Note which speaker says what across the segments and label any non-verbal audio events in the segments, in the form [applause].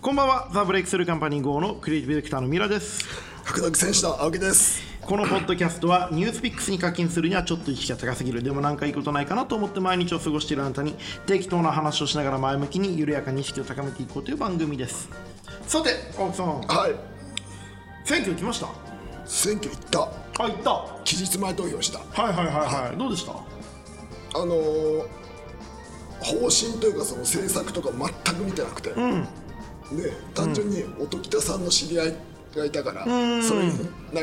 Speaker 1: こんばんはザ・ブレイクスルーカンパニー GO のクリエイティブディレクターのミラです
Speaker 2: 角田選手の青木です
Speaker 1: このポッドキャストはニュースピックスに課金するにはちょっと意識が高すぎるでもなんかいいことないかなと思って毎日を過ごしているあなたに適当な話をしながら前向きに緩やかに意識を高めていこうという番組ですさて青木さん
Speaker 2: はい
Speaker 1: 選挙行きました
Speaker 2: 選挙行った
Speaker 1: あ行ったは
Speaker 2: 期日前投票した
Speaker 1: いはいはいはいどうでした
Speaker 2: あのー方針というかその政策とか全く見てなくて、ね単純に音喜多さんの知り合いがいたから、それに投げ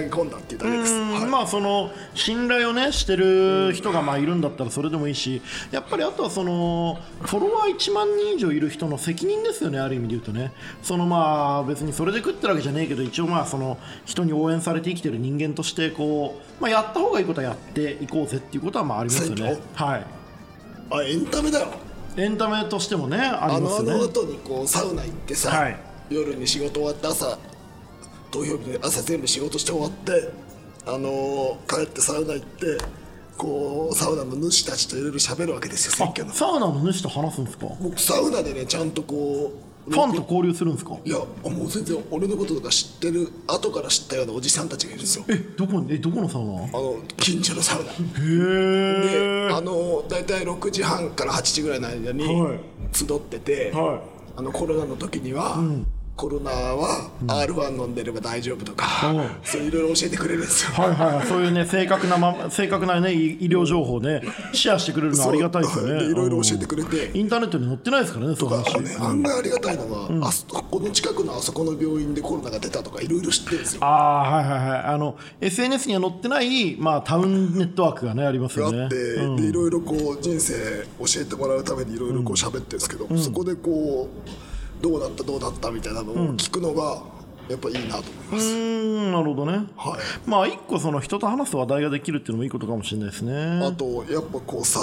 Speaker 2: 込んだっていうだけです、はい
Speaker 1: まあその信頼をねしてる人がまあいるんだったらそれでもいいしやっぱりあとはそのフォロワー1万人以上いる人の責任ですよねある意味で言うとねそのまあ別にそれで食ってるわけじゃねえけど一応まあその人に応援されて生きてる人間としてこう、まあ、やった方がいいことはやっていこうぜっていうことはまあありますよ
Speaker 2: 選
Speaker 1: ね
Speaker 2: 挙
Speaker 1: はい
Speaker 2: あエンタメだよ
Speaker 1: エンタメとしてもねあ
Speaker 2: あ
Speaker 1: りま
Speaker 2: の
Speaker 1: すよ
Speaker 2: あ
Speaker 1: ね
Speaker 2: の後にこうサウナ行ってさ、
Speaker 1: はい
Speaker 2: 夜に仕事終わって朝投票日で朝全部仕事して終わってあのー帰ってサウナ行ってこうサウナの主たちといろいろ喋るわけですよ選挙の
Speaker 1: あサウナの主と話すんですかフ
Speaker 2: 僕サウナでねちゃんとこう
Speaker 1: ァンと交流するんですか
Speaker 2: いやもう全然俺のこととか知ってる後から知ったようなおじさんたちがいるんですよ
Speaker 1: えどこにえどこのサウナ
Speaker 2: あの近所のサウナ
Speaker 1: へ
Speaker 2: であの大体6時半から8時ぐらいの間に
Speaker 1: はい
Speaker 2: 集ってて、
Speaker 1: は
Speaker 2: あのコロナの時には、コロナは r 1飲んでれば大丈夫とか、
Speaker 1: うん
Speaker 2: そういろいろ教えてくれるんですよ、
Speaker 1: はいはいはい、そういうね、正確な、ま、正確なね、医医療情報ね、シェアしてくれるのはありがたいですよね。
Speaker 2: そうでいろいろ教えてくれて
Speaker 1: うんインターネットに載ってないですからね、そういう
Speaker 2: あ
Speaker 1: 話。
Speaker 2: のね、あんなありがたいのは、あそここの近くのあそこの病院でコロナが出たとかいろいろ知ってるんですよ
Speaker 1: ああー、はいはいはい、あの、S. N. S. には載ってない、まあ、タウンネットワークがね、ありますよ
Speaker 2: があ
Speaker 1: ね
Speaker 2: って、。でいろいろこう人生教えてもらうためにいろいろこう喋ってるんですけど、そこでこうどうだったどうだったみたいなのを聞くのがやっぱいいなと思います、
Speaker 1: うーん、なるほどね。
Speaker 2: はい
Speaker 1: まあ、一個、その人と話す話題ができるっていうのもいいことかもしれないです
Speaker 2: あ
Speaker 1: ね。
Speaker 2: とやっぱこうさ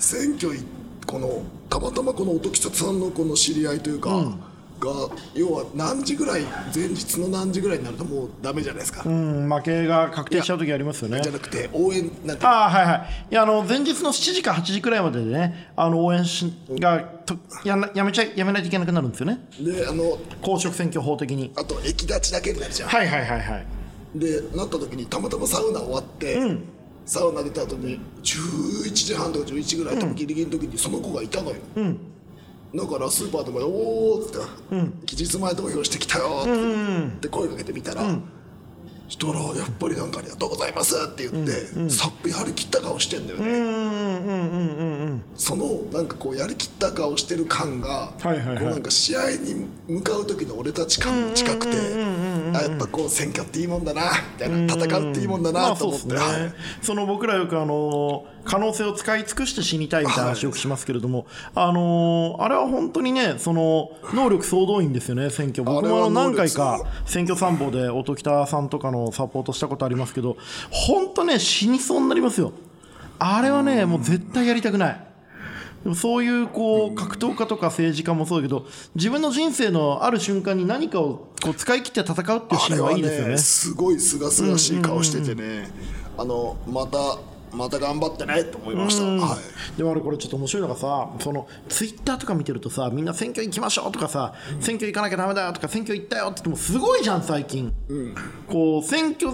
Speaker 2: 選挙いこのたまたまこの音吉さんのこの知り合いというか、が要は何時ぐらい前日の何時ぐらいになるともうダメじゃないですか、
Speaker 1: うん、負けが確定しちゃう時ありますよね
Speaker 2: じゃ。なくて応援なんて
Speaker 1: ああはいはいいやあの前日の7時か8時くらいまででねあの応援しがとやんなやめちゃいやめないといけなくなるんですよね
Speaker 2: であの
Speaker 1: 公職選挙法的に
Speaker 2: あと駅立ちだけになるじゃん、
Speaker 1: はいはいはいはい
Speaker 2: でなった時にたまたまサウナ終わって、サウナ出た後に11時半とか11時ぐらい、多分ギリギリの時にその子がいたのよ、だからスーパーでも「おお」っつって、期日前投票してきたよ」って言って声かけてみたら、したらやっぱりなんか「ありがとうございます」って言って、さっぴ張り切った顔してんだよね、そのなんかこうやりきった顔してる感が、
Speaker 1: はいはいはい
Speaker 2: こうなんか試合に向かう時の俺たち感も近くて、あやっぱこう選挙っていいもんだなみたいな戦うっていいもんだ
Speaker 1: ま
Speaker 2: な
Speaker 1: あ
Speaker 2: と
Speaker 1: そうで
Speaker 2: 思っ
Speaker 1: す
Speaker 2: て、
Speaker 1: ね
Speaker 2: はい、
Speaker 1: その僕らよくあの可能性を使い尽くして死にたいみたいな話をよくしますけれども、あのあれは本当にねその能力総動員ですよね選挙僕もあの
Speaker 2: あれは能
Speaker 1: 何
Speaker 2: 力
Speaker 1: 回か選挙参謀で音喜多さんとかのサポートしたことありますけど本当ね死にそうになりますよあれはねもう絶対やりたくない。でもそういうこう格闘家とか政治家もそうだけど自分の人生のある瞬間に何かをこう使い切って戦うっていう
Speaker 2: あ
Speaker 1: シ
Speaker 2: れ
Speaker 1: ーンは
Speaker 2: はい
Speaker 1: いですよ
Speaker 2: ね
Speaker 1: ね。
Speaker 2: すごいすがすがしい顔しててね、あのまたまた頑張ってねと思いました、はい、
Speaker 1: でも俺これちょっと面白いのがさそのツイッターとか見てるとさみんな選挙行きましょうとかさ、選挙行かなきゃダメだとか選挙行ったよって言ってもすごいじゃん最近、こう選挙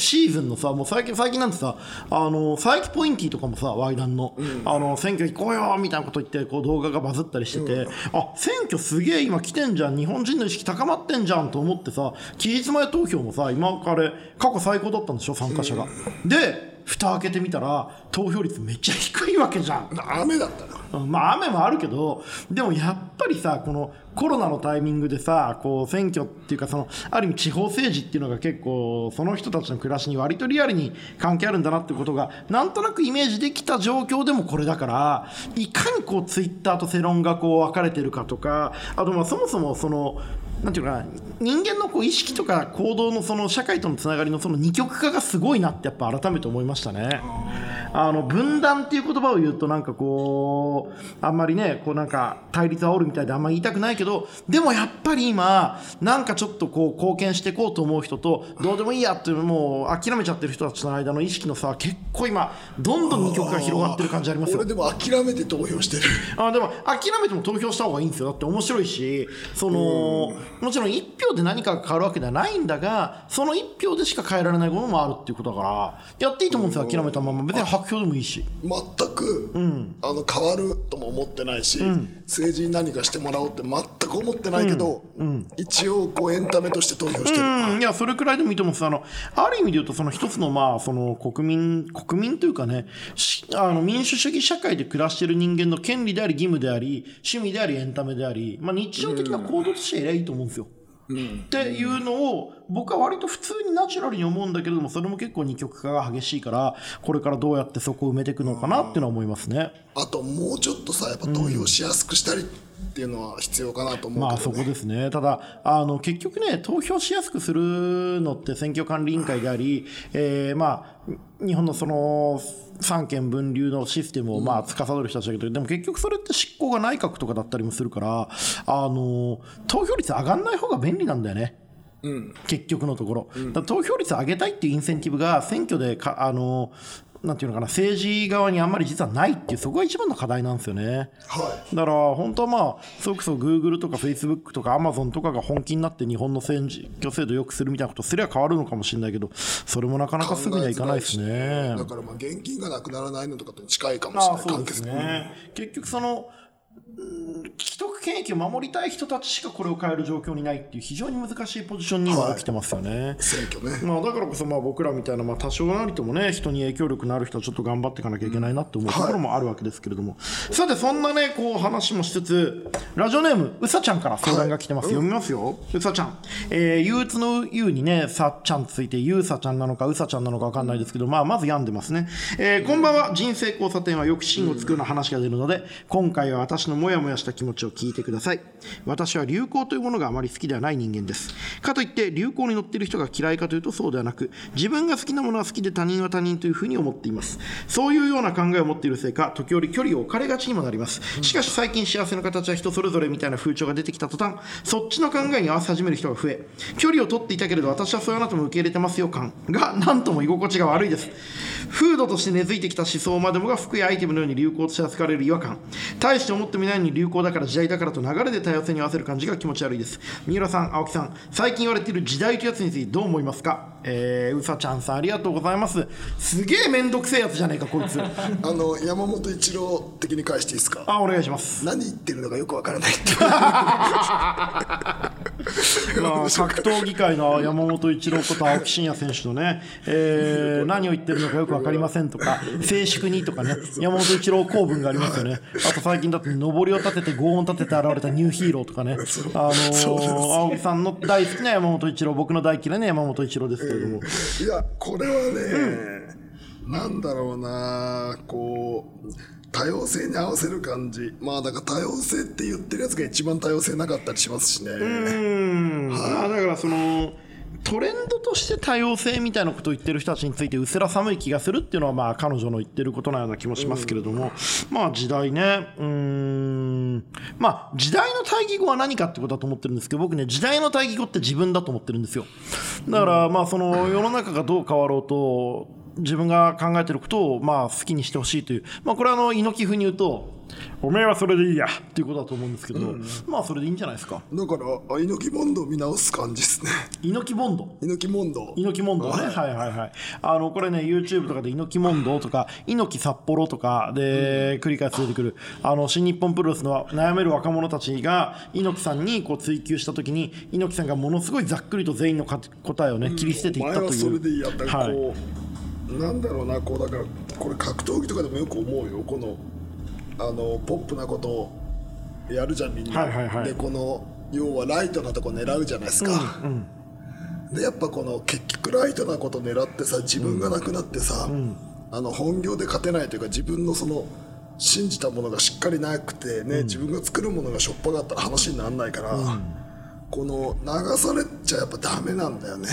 Speaker 1: シーズンのさもう最近最近なんてさあの佐伯ポインティとかもさワイダンの,、あの選挙行こうよみたいなこと言ってこう動画がバズったりしてて、あ選挙すげえ今来てんじゃん日本人の意識高まってんじゃんと思ってさ期日前投票もさ今あれ過去最高だったんでしょ参加者が、で蓋開けてみたら投票率めっちゃ低いわけじゃん。 [laughs]
Speaker 2: 雨だったな
Speaker 1: うんまあ雨もあるけどでもやっぱりさこのコロナのタイミングでさこう選挙っていうかそのある意味地方政治っていうのが結構その人たちの暮らしに割とリアルに関係あるんだなってことがなんとなくイメージできた状況でもこれだからいかにこうツイッターと世論がこう分かれてるかとかあとまあそもそもそのなんていうかな人間のこう意識とか行動のその社会とのつながりのその二極化がすごいなってやっぱ改めて思いましたね。あの分断っていう言葉を言うとなんかこうあんまりねこうなんか対立煽るみたいであんまり言いたくないけどでもやっぱり今なんかちょっとこう貢献していこうと思う人とどうでもいいやっていうもう諦めちゃってる人たちの間の意識の差は結構今どんどん二極が広がってる感じありますよ
Speaker 2: 俺でも諦めて投票してる
Speaker 1: あでも諦めても投票した方がいいんですよだって面白いしそのもちろん1票で何かが変わるわけではないんだがその1票でしか変えられないものもあるっていうことだからやっていいと思うんですよ諦めたまま別に白票でもいいし
Speaker 2: 全く、あの変わるとも思ってないし、政治に何かしてもらおうって全く思ってないけど、一応こうエンタメとして投票してる、
Speaker 1: うん、いやそれくらいでもいいと思うんですあのある意味で言うとその一つのまあその国民国民というかねしあの民主主義社会で暮らしている人間の権利であり義務であり趣味でありエンタメであり、まあ、日常的な行動としてやりゃいいと思うんですよ。っていうのを僕は割と普通にナチュラルに思うんだけれどもそれも結構二極化が激しいからこれからどうやってそこを埋めていくのかなっていうのは思いますね。
Speaker 2: あともうちょっとさやっぱ投票しやすくしたりっていうのは必要かなと思うけど、ね
Speaker 1: まあそこですね、ただあの、結局ね、投票しやすくするのって選挙管理委員会であり、えーまあ、日本のその三権分立のシステムをまあ司る人たちだけど、でも結局それって執行が内閣とかだったりもするから、あの投票率上がんない方が便利なんだよね。結局のところ、だから投票率上げたいっていうインセンティブが選挙でかあのなんていうのかな政治側にあんまり実はないっていうそこが一番の課題なんですよね。
Speaker 2: はい
Speaker 1: だから本当はまあそれこそ Google とか Facebook とか Amazon とかが本気になって日本の選挙制度を良くするみたいなことすれば変わるのかもしれないけどそれもなかなかすぐにはいかないですね
Speaker 2: だ。からまあ現金がなくならないのとかと近いかもしれ
Speaker 1: あ
Speaker 2: な
Speaker 1: あ
Speaker 2: い
Speaker 1: そうですね結局そのうん既得権益を守りたい人たちしかこれを変える状況にないっていう非常に難しいポジションに今起きてますよね。
Speaker 2: 選挙ね、
Speaker 1: [laughs] まあ、だからこそまあ僕らみたいな、まあ、多少なりともね人に影響力のある人はちょっと頑張っていかなきゃいけないなって思うところもあるわけですけれども、さてそんなねこう話もしつつラジオネームうさちゃんから相談が来てます、読みますようさちゃん、えー、憂鬱の「憂」にね「さちゃん」ついてゆうさちゃんなのかうさちゃんなのか分かんないですけど、まあ、まず病んでますね、えーこんばんは人生交差点はよく芯を作るの話が出るので今回は私のモヤモヤした気持ちを聞いてください私は流行というものがあまり好きではない人間ですかといって流行に乗っている人が嫌いかというとそうではなく自分が好きなものは好きで他人は他人というふうに思っていますそういうような考えを持っているせいか時折距離を置かれがちにもなりますしかし最近幸せの形は人それぞれみたいな風潮が出てきた途端そっちの考えに合わせ始める人が増え距離を取っていたけれど私はそういうあなたも受け入れてますよ感がなんとも居心地が悪いです風土として根付いてきた思想までもが服やアイテムのように流行として扱われる違和感大して思ってもないのに流行だから時代だからと流れで多様性に合わせる感じが気持ち悪いです三浦さん青木さん最近言われている時代というやつについてどう思いますかえー、うさちゃんさんありがとうございますすげえめんどくせえやつじゃねえかこいつ
Speaker 2: あの山本一郎的に返していいですか
Speaker 1: あお願いします
Speaker 2: 何言ってるのかよくわからないって
Speaker 1: まあ、
Speaker 2: 面白い
Speaker 1: 格闘技界の山本一郎こと青木真也選手のね、えー何を言ってるのかよく分かりませんとか、静粛にとかね、山本一郎公文がありますよね、あと最近だって、上りを立てて、轟音立てて現れたニューヒーローとかね、あのー
Speaker 2: そうです
Speaker 1: 青木さんの大好きな山本一郎、僕の大嫌いな山本一郎ですけれども、
Speaker 2: [laughs] いやこれはね、なんだろうなこう多様性に合わせる感じまあだから多様性って言ってるやつが一番多様性なかったりしますしね、
Speaker 1: うん、まあだからそのトレンドとして多様性みたいなことを言ってる人たちについてうすら寒い気がするっていうのはまあ彼女の言ってることのような気もしますけれども、まあ時代ねうーんまあ時代の対義語は何かってことだと思ってるんですけど僕ね時代の対義語って自分だと思ってるんですよだからまあその世の中がどう変わろうと自分が考えてることをまあ好きにしてほしいという、まあ、これはあの猪木風に言うと「おめえはそれでいいや」っていうことだと思うんですけど、まあそれでいいんじゃないですか
Speaker 2: だからあ猪木ボンドを見直す感じですね
Speaker 1: 猪木ボンド
Speaker 2: 猪木ボンド
Speaker 1: 猪木問答ね、はいはいはい、あのこれね、YouTube とかで猪木問答とか、猪木札幌とかで繰り返し出てくる、あの新日本プロレスの悩める若者たちが、猪木さんにこう追求したときに、猪木さんがものすごいざっくりと全員のか答えをね、切り捨てていっ
Speaker 2: 前
Speaker 1: たという。
Speaker 2: はそれでいいやったから
Speaker 1: はい
Speaker 2: こう、なんだろうなこうだからこれ格闘技とかでもよく思うよこのあのポップなことをやるじゃんみんな、
Speaker 1: はいはいはい
Speaker 2: でこの要はライトなとこ狙うじゃないですか、でやっぱこの結局ライトなこと狙ってさ自分がなくなってさ、あの本業で勝てないというか自分のその信じたものがしっかりなくてね、自分が作るものがしょっぱかったら話にならないから、この流されちゃやっぱダメなんだよね、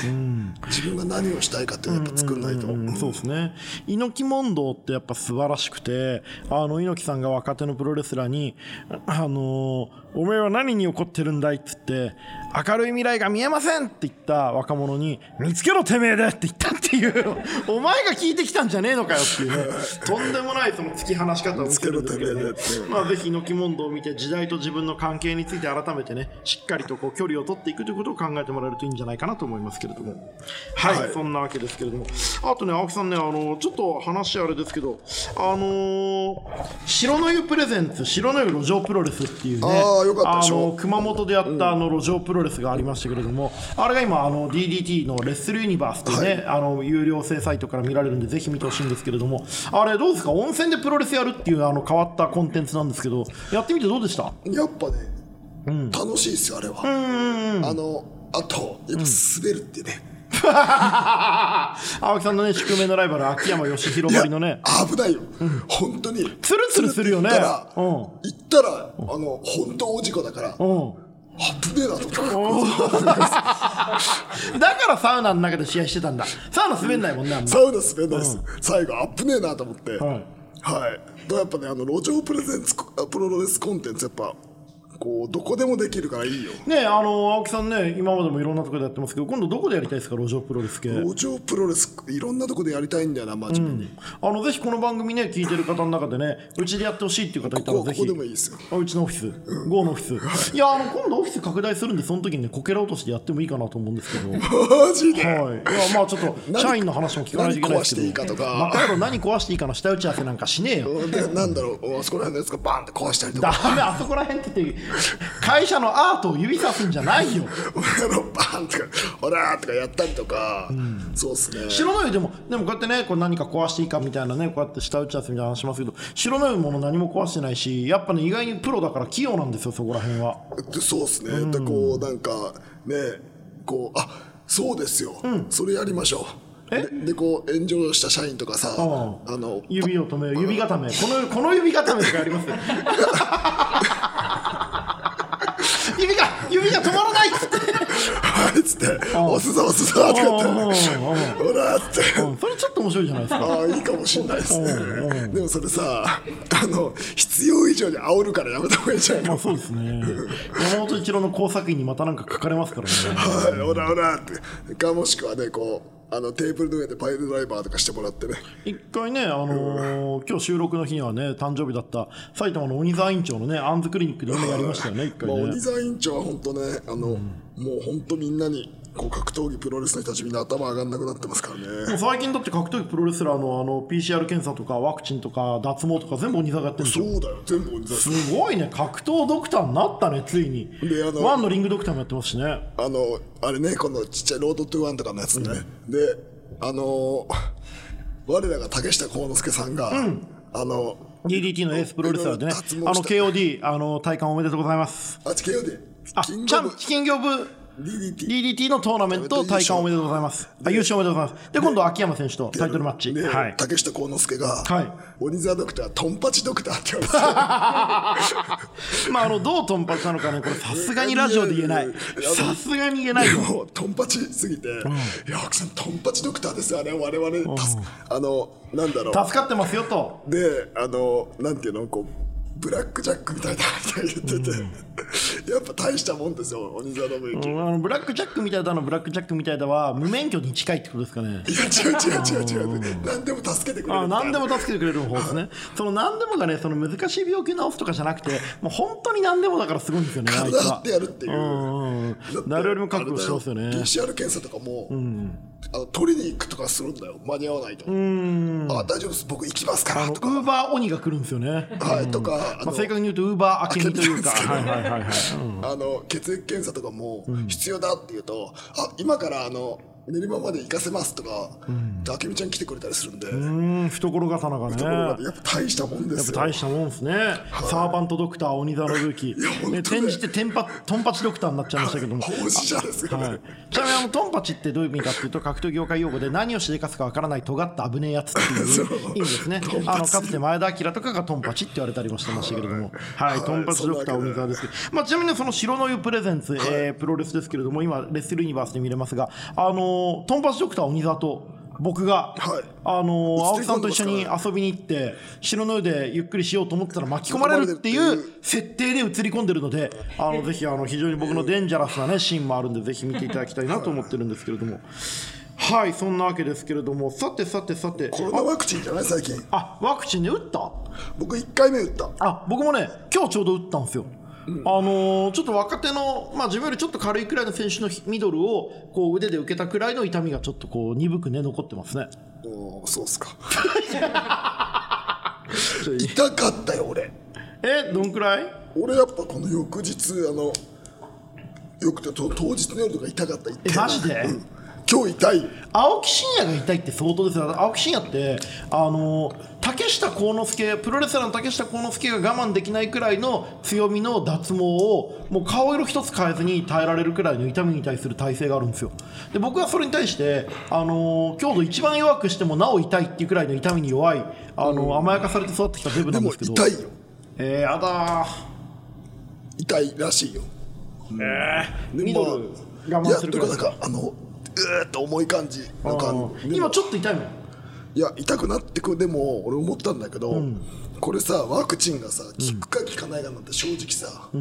Speaker 2: 自分が何をしたいかっていうのをやっぱ作んないと、
Speaker 1: うんそうですね猪木問答ってやっぱ素晴らしくてあの猪木さんが若手のプロレスラーに「あのおめえは何に怒ってるんだい?」っつって「明るい未来が見えません!」って言った若者に「見つけろてめえで!」って言ったっていうお前が聞いてきたんじゃねえのかよっていうねとんでもないその突き放し方をしてるんですけど、ね
Speaker 2: 見つけろてめえでって
Speaker 1: まあ、ぜひ猪木問答を見て時代と自分の関係について改めてねしっかりとこう距離を取っていくということを考えてもらえるといいんじゃないかなと思いますけれどもはい、
Speaker 2: はい
Speaker 1: そんなわけですけれどもあとね青木さんねあのちょっと話あれですけどあのー白の湯プレゼンツ白の湯路上プロレスっていうね
Speaker 2: あーよかったでしょ
Speaker 1: あの熊本でやったあの路上プロレスがありましたけれども、あれが今あの DDT のレッスルユニバースっていうね、あの有料制サイトから見られるんでぜひ見てほしいんですけれどもあれどうですか温泉でプロレスやるっていうあの変わったコンテンツなんですけどやってみてどうでした
Speaker 2: やっぱね、楽しいですよあれは、あのあとやっぱ滑るってね、
Speaker 1: 青木さんのね宿命のライバル秋山義弘
Speaker 2: い
Speaker 1: ば
Speaker 2: や
Speaker 1: りのね
Speaker 2: 危ないよ、本当に
Speaker 1: ツルツルするよね
Speaker 2: 行ったら、
Speaker 1: うん
Speaker 2: 行ったらあの本当大事故だから、
Speaker 1: うん
Speaker 2: 危ねえなと思って
Speaker 1: だからサウナの中で試合してたんだサウナ滑んないもんねあんま
Speaker 2: サウナ滑んないです、最後危ねえなと思って
Speaker 1: は
Speaker 2: はいい、だからやっぱねあの路上プレゼンツプロレスコンテンツやっぱこうどこでもできるからいいよ
Speaker 1: ねえあの青木さんね今までもいろんなところでやってますけど今度どこでやりたいですか路上プロレス系
Speaker 2: 路上プロレスいろんなとこでやりたいんだよな真面目に、
Speaker 1: あのぜひこの番組ね聞いてる方の中でねうちでやってほしいっていう方いたら
Speaker 2: ここ
Speaker 1: ぜ
Speaker 2: こ
Speaker 1: ひ
Speaker 2: こでもいいですよ
Speaker 1: あうちのオフィス、GO のオフィスいやあの今度オフィス拡大するんでその時にねこけら落としてやってもいいかなと思うんですけどはい
Speaker 2: マジで、
Speaker 1: いやまあちょっと
Speaker 2: 何
Speaker 1: 社員の話も聞かないといけないですけど
Speaker 2: 何壊していいかとか
Speaker 1: バカ野郎何壊していいかの下打ち合わせなんかしねえよ
Speaker 2: でなんだろうあそこら辺のやつがバンって壊したりと
Speaker 1: ダ
Speaker 2: か
Speaker 1: メあそこら辺って言って会社のアートを指さすんじゃないよ
Speaker 2: 俺のバンとか「ほら」とかやったりとか、そうっすね
Speaker 1: 白の湯でもでもこうやってねこう何か壊していいかみたいなねこうやって下打ち合わせみたいな話しますけど白の湯もの何も壊してないしやっぱね意外にプロだから器用なんですよそこら辺は
Speaker 2: でそうっすね、でこうなんかねこうあそうですよ、それやりましょう
Speaker 1: え
Speaker 2: ででこう炎上した社員とかさ
Speaker 1: うん
Speaker 2: あの
Speaker 1: 指を止める指固めこのこの指固めとかありますよ [laughs] 指が指が止まらないっつって
Speaker 2: はいっ [laughs] つって「押すぞ押すぞ」とか言って
Speaker 1: うんうんうん
Speaker 2: 「ほら」って
Speaker 1: うんそれちょっと面白いじゃないですか
Speaker 2: ああいいかもしんないですねでもそれさあの必要以上に煽るからやめた方がいいんじゃない
Speaker 1: ま
Speaker 2: の
Speaker 1: あそうですね山本一郎の工作員にまたなんか書かれますからね
Speaker 2: はい、オラオラって。か、もしくはね、こう、あの、テーブルの上でパイルドライバーとかしてもらってね。
Speaker 1: 一回ね、あのー今日収録の日にはね、誕生日だった埼玉の鬼沢院長のね、アンズクリニックで俺もやりましたよね、一回
Speaker 2: まあ、
Speaker 1: ね。
Speaker 2: 鬼沢委員長は本当ね、あの、もう本当みんなに、こう、格闘技プロレスの人たちみんな頭上がんなくなってますからね。
Speaker 1: もう最近だって格闘技プロレスラーのあの PCR 検査とかワクチンとか脱毛とか全部鬼沢がやってるんです
Speaker 2: そ
Speaker 1: よ。
Speaker 2: うだよ、全部鬼沢
Speaker 1: すごいね、格闘ドクターになったね、ついに
Speaker 2: であ。の
Speaker 1: ワンのリングドクターもやってますしね。
Speaker 2: あの、あれね、このちっちゃいロードトゥワンとかのやつね。で、あの、我らが竹下幸之助さんが、あの、
Speaker 1: DDT のエースプロレスラーでね、
Speaker 2: 脱毛し
Speaker 1: あ
Speaker 2: た
Speaker 1: の KOD、あの体感おめでとうございます。
Speaker 2: あ、違うで、
Speaker 1: あ、チ
Speaker 2: キング
Speaker 1: ャ
Speaker 2: オブ
Speaker 1: ン、キングオブ
Speaker 2: DDT。
Speaker 1: DDT のトーナメント体感おめでとうございます。あ、優勝おめでとうございます。で、今度は秋山選手とタイトルマッチ。
Speaker 2: で
Speaker 1: はい。
Speaker 2: 竹下幸之助が、
Speaker 1: はい
Speaker 2: 鬼沢ドクター、トンパチドクターって言われてた。
Speaker 1: まあ、あのどうトンパチなのかね、これ、さすがにラジオで言えない
Speaker 2: いやいやい、や
Speaker 1: さすがに言え [laughs] ないよ、
Speaker 2: もうトンパチすぎて、いや、奥さん、トンパチドクターですよ、あれ、我々、助あの、なんだろう、
Speaker 1: 助かってますよと、
Speaker 2: で、あの、なんていうの、こう、ブラックジャックみたいなみたいな言ってて、やっぱ大したもんですよ、鬼沢信之。
Speaker 1: う
Speaker 2: いや、
Speaker 1: んあのブラック・ジャックみたいだの、ブラック・ジャックみたいだは、無免許に近いってことですかね。
Speaker 2: 違う違う違う違う、何でも助けてくれる
Speaker 1: あ
Speaker 2: みたいな
Speaker 1: 何でも助けてくれる方ですね、 [laughs] その何でもがね、その難しい病気治すとかじゃなくて、もう本当に何でもだからすごいんですよ [laughs] ね、あいつ
Speaker 2: 体張
Speaker 1: は
Speaker 2: って。やるっていう。
Speaker 1: うんうん
Speaker 2: だって
Speaker 1: 誰よりも覚悟してますよね
Speaker 2: あれだ PCR 検査とかも、あの取りに行くとかするんだよ間に合わないとあ大丈夫です僕行きますか
Speaker 1: あ
Speaker 2: ら
Speaker 1: のウ
Speaker 2: とか
Speaker 1: ーバー鬼が来るんですよね、
Speaker 2: はいとかあ
Speaker 1: まあ、
Speaker 2: の
Speaker 1: 正確に言うと、ウーバー明美と [laughs] いうか、
Speaker 2: 明美ですけど
Speaker 1: はいはいはいはい、
Speaker 2: あの血液検査とかも必要だって言うと、あ今からあの練馬まで行かせますとか、であけみちゃん来てくれたりするんで、
Speaker 1: うん、懐刀がね。
Speaker 2: ところがやっぱ大したもんですよ。
Speaker 1: 大したもんですね、サーバントドクター鬼沢の武器、
Speaker 2: や本当
Speaker 1: ね、
Speaker 2: ね
Speaker 1: 転じてテンパ [laughs] トンパチドクターになっちゃいましたけども、はい、
Speaker 2: 奉仕者ですよね。
Speaker 1: ちなみにあのトンパチってどういう意味かっていうと格闘技業界用語で何をしでかすかわからない尖った危ねえやつっていう意味です [laughs] ね
Speaker 2: トンパチ
Speaker 1: あのかつて前田明とかがトンパチって言われたりもしてましたけれども、はい、トンパチドクター鬼沢ですけど、まあ、ちなみにその白の湯プレゼンツ、えープロレスですけれども今レッスルユニバースで見れますがあのーのー、トンパチドクター鬼里、僕が、
Speaker 2: はい
Speaker 1: あのー、青
Speaker 2: 映
Speaker 1: 木
Speaker 2: り
Speaker 1: さ
Speaker 2: 込
Speaker 1: んと
Speaker 2: んでま
Speaker 1: 一
Speaker 2: す
Speaker 1: 緒
Speaker 2: から
Speaker 1: に遊びに行って、城の上でゆっくりしようと思ったら巻き込まれるっていう設定で映り込んでるので、あの、ぜひ、あの、非常に僕のデンジャラスなね、シーンもあるんで、ぜひ見ていただきたいなと思ってるんですけれども。はい、そんなわけですけれども、さてさてさて、
Speaker 2: コロナワクチンじゃない最近
Speaker 1: あ、ワクチンで打った
Speaker 2: 僕1回目打った
Speaker 1: あ僕もね今日ちょうど打ったんですよ、あのーちょっと若手の、まあ、自分よりちょっと軽いくらいの選手のミドルをこう腕で受けたくらいの痛みがちょっとこう鈍くね残ってますね
Speaker 2: おーそうっ
Speaker 1: [laughs]
Speaker 2: すか痛かったよ俺
Speaker 1: えどんくらい
Speaker 2: 俺やっぱこの翌日あのよくてと当日の夜とか痛かった痛い
Speaker 1: えマジで
Speaker 2: うん今日痛いよ
Speaker 1: 青木真也が痛いって相当ですよ青木真也ってあのー竹下幸之助プロレスラーの竹下幸之助が我慢できないくらいの強みの脱毛をもう顔色一つ変えずに耐えられるくらいの痛みに対する耐性があるんですよで僕はそれに対して、あのー強度一番弱くしてもなお痛いっていうくらいの痛みに弱い、あのー甘やかされて育ってきたデブな
Speaker 2: で
Speaker 1: んで
Speaker 2: も
Speaker 1: すけど
Speaker 2: 痛いよ
Speaker 1: えー、やだ
Speaker 2: 痛いらしいよ
Speaker 1: ーえー、
Speaker 2: で
Speaker 1: ミドル我
Speaker 2: い
Speaker 1: 慢
Speaker 2: や
Speaker 1: す
Speaker 2: と
Speaker 1: る
Speaker 2: か
Speaker 1: くらい
Speaker 2: なんかあのうーっと重い感じの感
Speaker 1: うん
Speaker 2: じ
Speaker 1: 今ち
Speaker 2: ょ
Speaker 1: ょっと痛いもん
Speaker 2: いや痛くなってくるでも俺思ったんだけど、これさワクチンがさ効くか効かないかなんて正直さ、効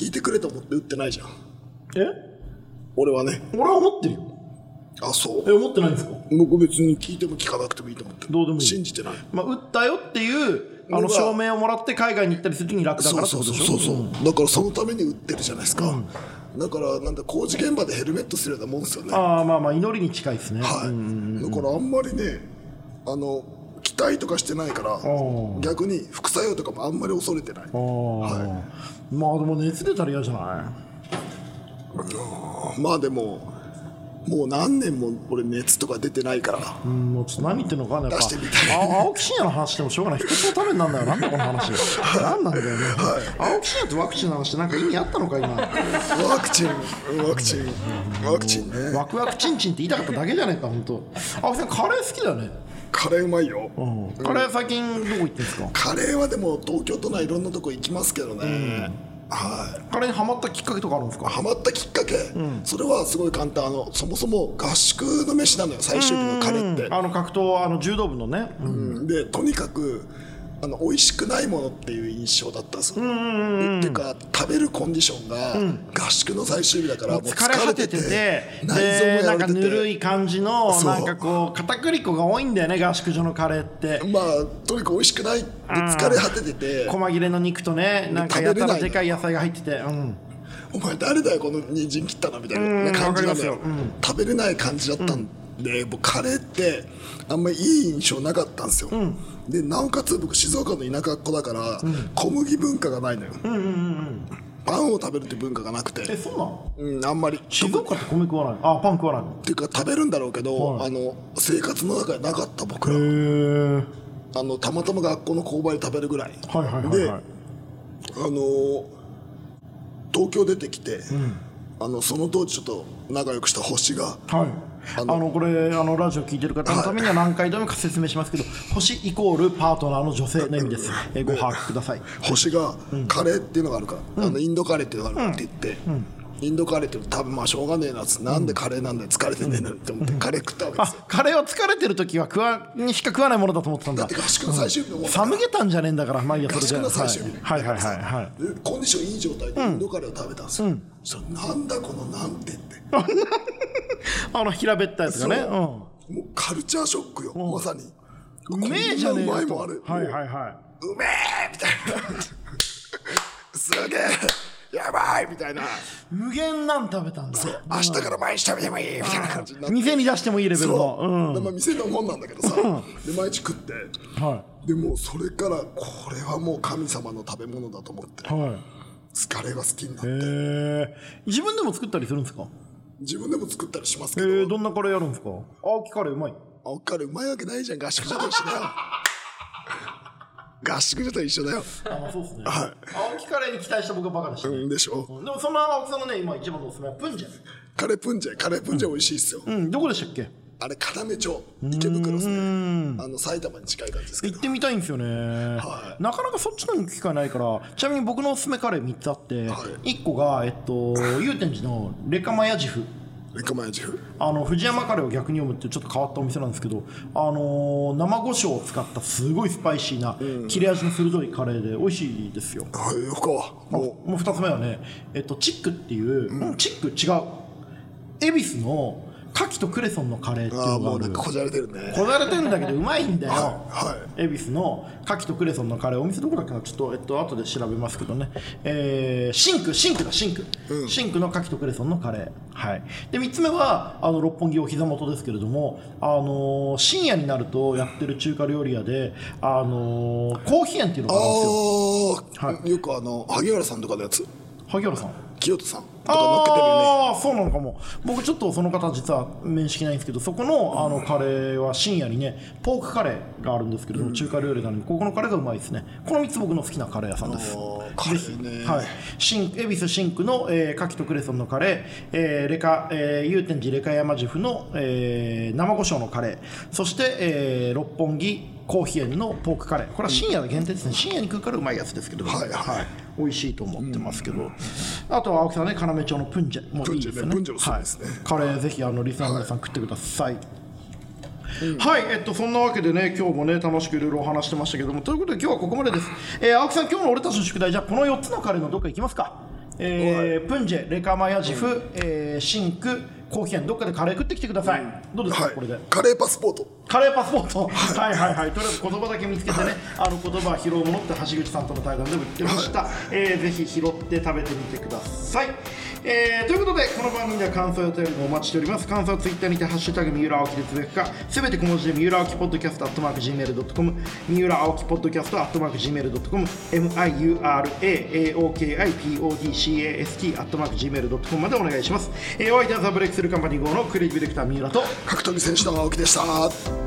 Speaker 2: いてくれと思って打ってないじゃん
Speaker 1: え
Speaker 2: 俺はね
Speaker 1: 俺は思ってるよ
Speaker 2: あそ
Speaker 1: え
Speaker 2: う
Speaker 1: 思ってないんですか
Speaker 2: 僕別に聞いても聞かなくてもいいと思ってる
Speaker 1: どうでもいい
Speaker 2: 信じてない
Speaker 1: まあ、打ったよっていうあの
Speaker 2: 俺は
Speaker 1: 証明をもらって海外に行ったりするときに楽だか
Speaker 2: そ
Speaker 1: ら
Speaker 2: う
Speaker 1: って
Speaker 2: そ
Speaker 1: こ
Speaker 2: う
Speaker 1: とで
Speaker 2: そう
Speaker 1: しょ
Speaker 2: そうそうだからそのために打ってるじゃないですか、だからなんだ工事現場でヘルメットするようなもんですよねは
Speaker 1: ああまあまあ祈りに近いですね、
Speaker 2: い、
Speaker 1: うん
Speaker 2: だからあんまりねあの期待とかしてないから
Speaker 1: ー
Speaker 2: 逆に副作用とかもあんまり恐れてない
Speaker 1: あーまあでも熱出たら嫌じゃな
Speaker 2: まあでももう何年も俺熱とか出てないから
Speaker 1: い、うん、もうちょっと何言ってんのかねやっ
Speaker 2: 出してみた
Speaker 1: ぱあ青木真也の話してもしょうがない人のためになんだよなんだこの話何なんだよね、青木真也とワクチンの話ってなんか意味あったのか今
Speaker 2: ワクチンワクチンワクチンね
Speaker 1: ワクワクチンチンって言いたかっただけじゃないか本当青木さんカレー好きだよね、
Speaker 2: カレーうまいよ、
Speaker 1: カレー最近どこ行ってんですか
Speaker 2: カレーはでも東京都内いろんなとこ行きますけどね、はい
Speaker 1: カレーにハマったきっかけとかあるんですか
Speaker 2: ハマったきっかけ、それはすごい簡単あのそもそも合宿の飯なのよ最終日のカレーって、
Speaker 1: あの格闘あの柔道部のね、
Speaker 2: うんでとにかくあの美味しくないものっていう印象だったんですよ、っていうか食べるコンディションが合宿の最終日だからもう
Speaker 1: 疲れ果ててて
Speaker 2: 内臓も
Speaker 1: でな
Speaker 2: や
Speaker 1: んから
Speaker 2: れて
Speaker 1: ぬる
Speaker 2: て
Speaker 1: い感じの
Speaker 2: そう
Speaker 1: なんかこう片栗粉が多いんだよね合宿所のカレーって
Speaker 2: まあとにかく美味しくないで疲れ果ててて
Speaker 1: 細切れの肉とねなんかやたらでかい野菜が入ってて、うん、
Speaker 2: お前誰だよこの人参切ったなみたいな感じな
Speaker 1: わかりま
Speaker 2: の
Speaker 1: すよ
Speaker 2: よ、食べれない感じだったんで、僕カレーってあんまりいい印象なかったんですよ、でなおかつ僕静岡の田舎っ子だから、小麦文化がないのよ、パンを食べるって文化がなく
Speaker 1: え
Speaker 2: て、
Speaker 1: そうなの
Speaker 2: うん、あんまり
Speaker 1: 静岡って米食わないあパン食わないの
Speaker 2: っていうか食べるんだろうけど、
Speaker 1: はい
Speaker 2: あの生活の中でなかった僕ら、
Speaker 1: へえ
Speaker 2: あのたまたま学校の購買で食べるぐらい、
Speaker 1: はいはいはいはい
Speaker 2: であのー東京出てきて、あのその当時ちょっと仲良くした星が
Speaker 1: はいあ
Speaker 2: あ
Speaker 1: の
Speaker 2: の
Speaker 1: これあのラジオ聞いてる方のためには何回でも説明しますけど星イコールパートナーの女性の意味ですえご把握ください
Speaker 2: 星がカレーっていうのがあるから、あのインドカレーっていうのがあるって言って、インドカレーって多分まあしょうがねえなっつってなんでカレーなんだよ疲れてねえのにって思ってカレー食ったわけで
Speaker 1: あ
Speaker 2: すよ
Speaker 1: カレーは疲れてる時は食わにしか食わないものだと思ってたん
Speaker 2: だ
Speaker 1: だ
Speaker 2: って合宿の最終日のもう
Speaker 1: 寒気たんじゃねえんだからまあいいやそ
Speaker 2: 合
Speaker 1: れ
Speaker 2: 宿
Speaker 1: で
Speaker 2: の最終日
Speaker 1: はいはいはいはいはい
Speaker 2: でコンディションいい状態でインドカレーを食べたんですよ、そしたらなんだこのなんてって
Speaker 1: あの平べったやつがね
Speaker 2: そう
Speaker 1: うん
Speaker 2: もうカルチャーショックよ、まさにう
Speaker 1: うめえじゃねえ
Speaker 2: うまい
Speaker 1: よ
Speaker 2: もん
Speaker 1: と
Speaker 2: ある、
Speaker 1: はいはいは
Speaker 2: うめえみたいな [laughs] すげえやばいみたいない
Speaker 1: 無限なん食べたんだ
Speaker 2: 明日から毎日食べてもいいみたいな感じになって
Speaker 1: 店に出してもいいレベルの
Speaker 2: そう、でまあ店のもんなんだけどさで毎日食って
Speaker 1: うんは
Speaker 2: でもうそれからこれはもう神様の食べ物だと思って
Speaker 1: いはい
Speaker 2: カレーが好きにな
Speaker 1: へ
Speaker 2: って
Speaker 1: え自分でも作ったりするんですか
Speaker 2: 自分でも作ったりしますけ
Speaker 1: え
Speaker 2: ど、
Speaker 1: ー、どんなカレーやるんですか青木カレーうまい
Speaker 2: 青カレーうまいわけないじゃん合宿所と一緒だよ合宿所と一緒だよ
Speaker 1: あまあそうですね青木カレーに期待した僕はバカでした
Speaker 2: う
Speaker 1: ね
Speaker 2: んでしょ
Speaker 1: でもそんな青木さんのね今一番のおすすめはプンジェ
Speaker 2: カレープンジェカレープンジェ美味しいっすよ、
Speaker 1: うんどこでしたっけ
Speaker 2: あれ要町池袋ですねあの埼玉に近い感じですけ
Speaker 1: 行
Speaker 2: ど
Speaker 1: ってみたいんですよね、
Speaker 2: は
Speaker 1: なかなかそっちの行く機会ないからちなみに僕のおすすめカレー3つあって、
Speaker 2: はい
Speaker 1: 1個がえっと祐天寺のレカマヤジフ
Speaker 2: レコマヤジフ
Speaker 1: あの藤山カレーを逆に読むっていうちょっと変わったお店なんですけど、あのー生胡椒を使ったすごいスパイシーな切れ味の鋭いカレーで美味しいですよ、
Speaker 2: はい他はも
Speaker 1: もう2つ目はね、えっと、チックっていう、うんチック違う恵比寿の牡蠣とクレソンのカレーって
Speaker 2: う
Speaker 1: い
Speaker 2: ああ
Speaker 1: う
Speaker 2: もう
Speaker 1: のがあ
Speaker 2: なん
Speaker 1: る
Speaker 2: かこじゃれてるね
Speaker 1: こだれてんだけどうまいんだよ、
Speaker 2: は
Speaker 1: 恵比寿の牡蠣とクレソンのカレーお店どこだっけなちょっと、えっと後で調べますけどね、えーシンクシンクだシンク、シンクの牡蠣とクレソンのカレーはいで3つ目はあの六本木お膝元ですけれども、あのー深夜になるとやってる中華料理屋で、あのーコーヒー園っていうの
Speaker 2: あ
Speaker 1: があるんですよ
Speaker 2: あ、
Speaker 1: は
Speaker 2: よくあの萩原さんとかのやつ
Speaker 1: 萩原さん
Speaker 2: 清人さんとか乗っけてるよね
Speaker 1: ああーそうなのかも僕ちょっとその方実は面識ないんですけどそこのあのカレーは深夜にねポークカレーがあるんですけれども、中華料理なのにここのカレーがうまいですねこの3つ僕の好きなカレー屋さんです
Speaker 2: カレーね
Speaker 1: はい、シン恵比寿シンクの、えー、牡蠣とクレソンのカレー、えーレカえー、祐天寺レカ山ジェフの、えー生胡椒のカレーそして、えー六本木コーヒー園のポークカレーこれは深夜の限定ですね深夜に食うからうまいやつですけど、
Speaker 2: はいはい
Speaker 1: 美味しいと思ってますけど、あとは青木さんね要町のプンジェもういいですね
Speaker 2: プンジェねプンジェおすすめですね
Speaker 1: はい、カレーぜひあのリスナーの皆さん食ってください、はい、えっと、そんなわけでね、今日もね、楽しくいろいろお話してましたけども、ということで、今日はここまでです。えー青木さん、今日の俺たちの宿題、じゃあ、この4つのカレーのどっか行きますか。えープンジェ、レカマヤジフ、えーシンク、コーヒー園、どっかでカレー食ってきてください。どうですか、
Speaker 2: はい
Speaker 1: これで。
Speaker 2: カレーパスポート
Speaker 1: カレーパスポート、はいはいはい、とりあえず言葉だけ見つけてね、あの言葉は拾うものって橋口さんとの対談でも言ってました、えーぜひ拾って食べてみてください。えーということで、この番組では感想やお便りもお待ちしております。感想はツイッターにて、ハッシュタグ三浦青木でつぶやくか、すべて小文字で三浦青木ポッドキャスト、アットマーク Gmail.com、三浦青木ポッドキャスト、アットマーク Gmail.com、miuraaokipodcast、アットマーク Gmail.com までお願いします。えー、お相手はザブレイクスルーカンパニー号のクリエイティブディレクター三浦と、
Speaker 2: 格闘技選手の青木でした